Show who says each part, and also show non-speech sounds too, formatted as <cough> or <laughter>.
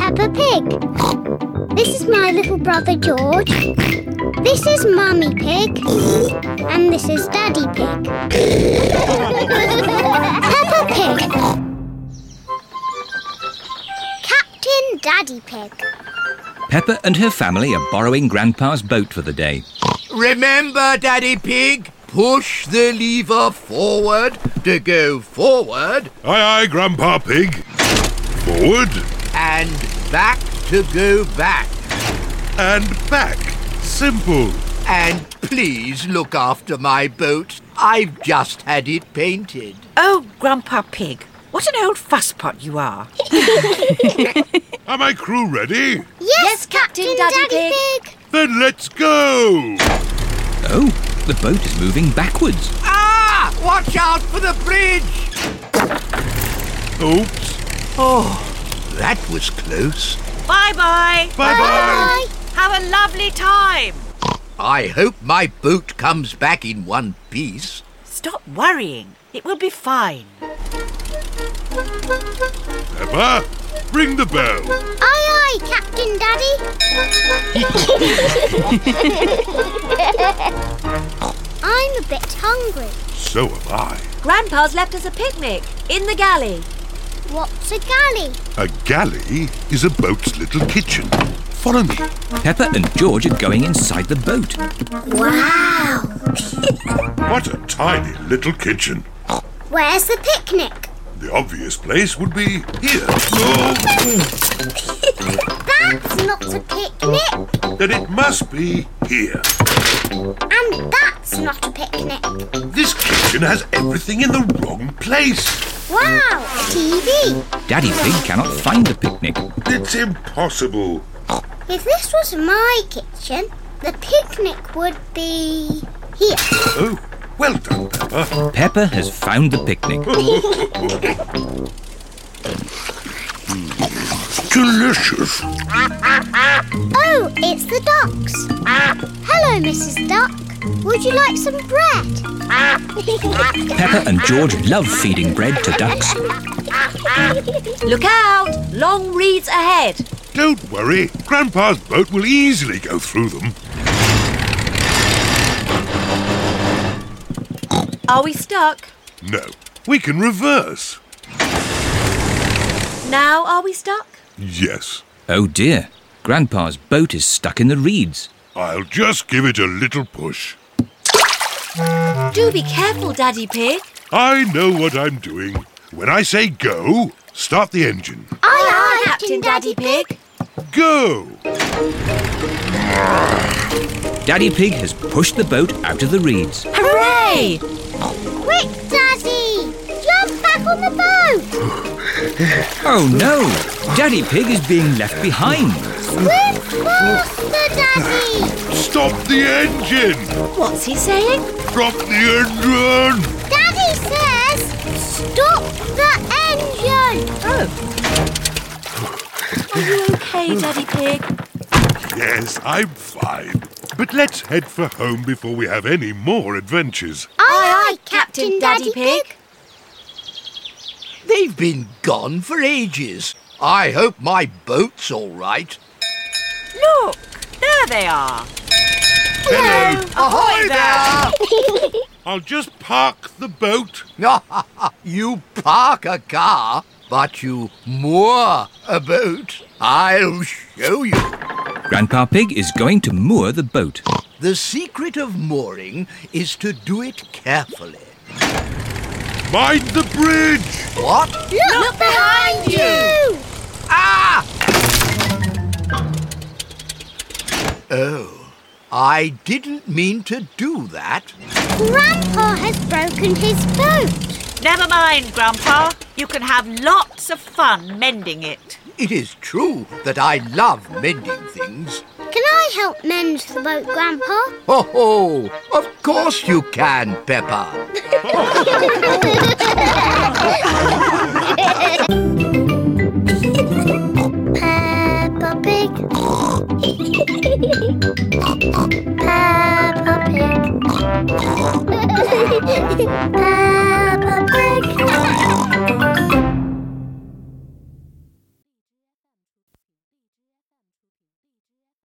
Speaker 1: Pig. This is my little brother George. This is Mummy Pig. And this is Daddy Pig. <laughs> Peppa Pig. Captain Daddy Pig.
Speaker 2: Pepper and her family are borrowing Grandpa's boat for the day.
Speaker 3: Remember, Daddy Pig, push the lever forward to go forward
Speaker 4: Aye, aye, Grandpa Pig. Forward
Speaker 3: and back to go back.
Speaker 4: and back. Simple.
Speaker 3: And please look after my boat. I've just had it painted.
Speaker 5: Oh, Grandpa Pig, what an old fusspot you are.
Speaker 4: Are my crew ready?
Speaker 1: Yes, Captain, Daddy, Pig.
Speaker 4: Then let's go!
Speaker 2: Oh, the boat is moving backwards.
Speaker 3: Ah! Watch out for the bridge!
Speaker 4: Oops.
Speaker 3: That was close.
Speaker 5: Bye bye.
Speaker 4: Bye bye.
Speaker 5: Have a lovely time.
Speaker 3: I hope my boat comes back in one piece.
Speaker 5: Stop worrying. It will be fine.
Speaker 4: Peppa, ring the bell.
Speaker 1: Aye, aye, Captain <laughs> Daddy. I'm a bit hungry.
Speaker 4: So am I.
Speaker 6: Grandpa's left us a picnic in the galley.
Speaker 1: What's a galley?
Speaker 4: A galley is a boat's little kitchen. Follow me.
Speaker 2: Pepper and George are going inside the boat.
Speaker 4: What a tiny little kitchen.
Speaker 1: Where's the
Speaker 2: <laughs>
Speaker 1: picnic?
Speaker 4: The obvious place would be here. Oh,
Speaker 1: That's not a picnic.
Speaker 4: then it must be here.
Speaker 1: And that's not a picnic.
Speaker 4: This kitchen has everything in the wrong place.
Speaker 1: Wow, TV.
Speaker 2: Daddy Pig cannot find the picnic.
Speaker 4: It's impossible.
Speaker 1: If this was my kitchen, the picnic would be here.
Speaker 4: Oh, well done, Peppa.
Speaker 2: Pepper has found the picnic.
Speaker 4: Delicious.
Speaker 1: Oh, it's the ducks. Hello, Mrs. Duck. Would you like some bread?
Speaker 2: <laughs> Pepper and George love feeding bread to
Speaker 1: <laughs>
Speaker 2: ducks.
Speaker 6: Look out! Long reeds ahead.
Speaker 4: Don't worry, Grandpa's boat will easily go through them.
Speaker 6: Are we stuck?
Speaker 4: No, we can reverse.
Speaker 6: Now are we stuck?
Speaker 4: Yes,
Speaker 2: Oh dear, Grandpa's boat is stuck in the reeds.
Speaker 4: I'll just give it a little push.
Speaker 6: Do be careful, Daddy Pig.
Speaker 4: I know what I'm doing. When I say go, start the engine.
Speaker 1: Aye,
Speaker 6: Hi, Captain Daddy Pig.
Speaker 4: Go!
Speaker 2: Daddy Pig has pushed the boat out of the reeds.
Speaker 6: Hooray!
Speaker 1: Quick, Daddy! Jump back on the boat!
Speaker 2: Oh no, Daddy Pig is being left behind.
Speaker 1: Swim faster, Daddy!
Speaker 4: Stop the engine!
Speaker 6: What's he saying?
Speaker 4: Drop the engine!
Speaker 1: Daddy says, stop the engine!
Speaker 6: Oh. Are you okay, Daddy Pig?
Speaker 4: Yes, I'm fine. But let's head for home before we have any more adventures.
Speaker 1: Aye,
Speaker 3: They've been gone for ages. I hope my boat's all right.
Speaker 5: Look, there they are.
Speaker 4: Hello!
Speaker 3: Ahoy there!
Speaker 4: I'll just park the boat.
Speaker 3: <laughs> you park a car, but you moor a boat. I'll show you.
Speaker 2: Grandpa Pig is going to moor the boat.
Speaker 3: The secret of mooring is to do it carefully.
Speaker 4: Mind the bridge!
Speaker 3: What?
Speaker 1: Look, behind you!
Speaker 3: Ah! Oh, I didn't mean to do that.
Speaker 1: Grandpa has broken his boat.
Speaker 5: Never mind, Grandpa. You can have lots of fun mending it.
Speaker 3: It is true that I love mending things.
Speaker 1: Can I help mend the boat, Grandpa?
Speaker 3: Ho ho! Of course you can, Peppa.
Speaker 1: Peppa Pig. <laughs> Peppa Pig. Peppa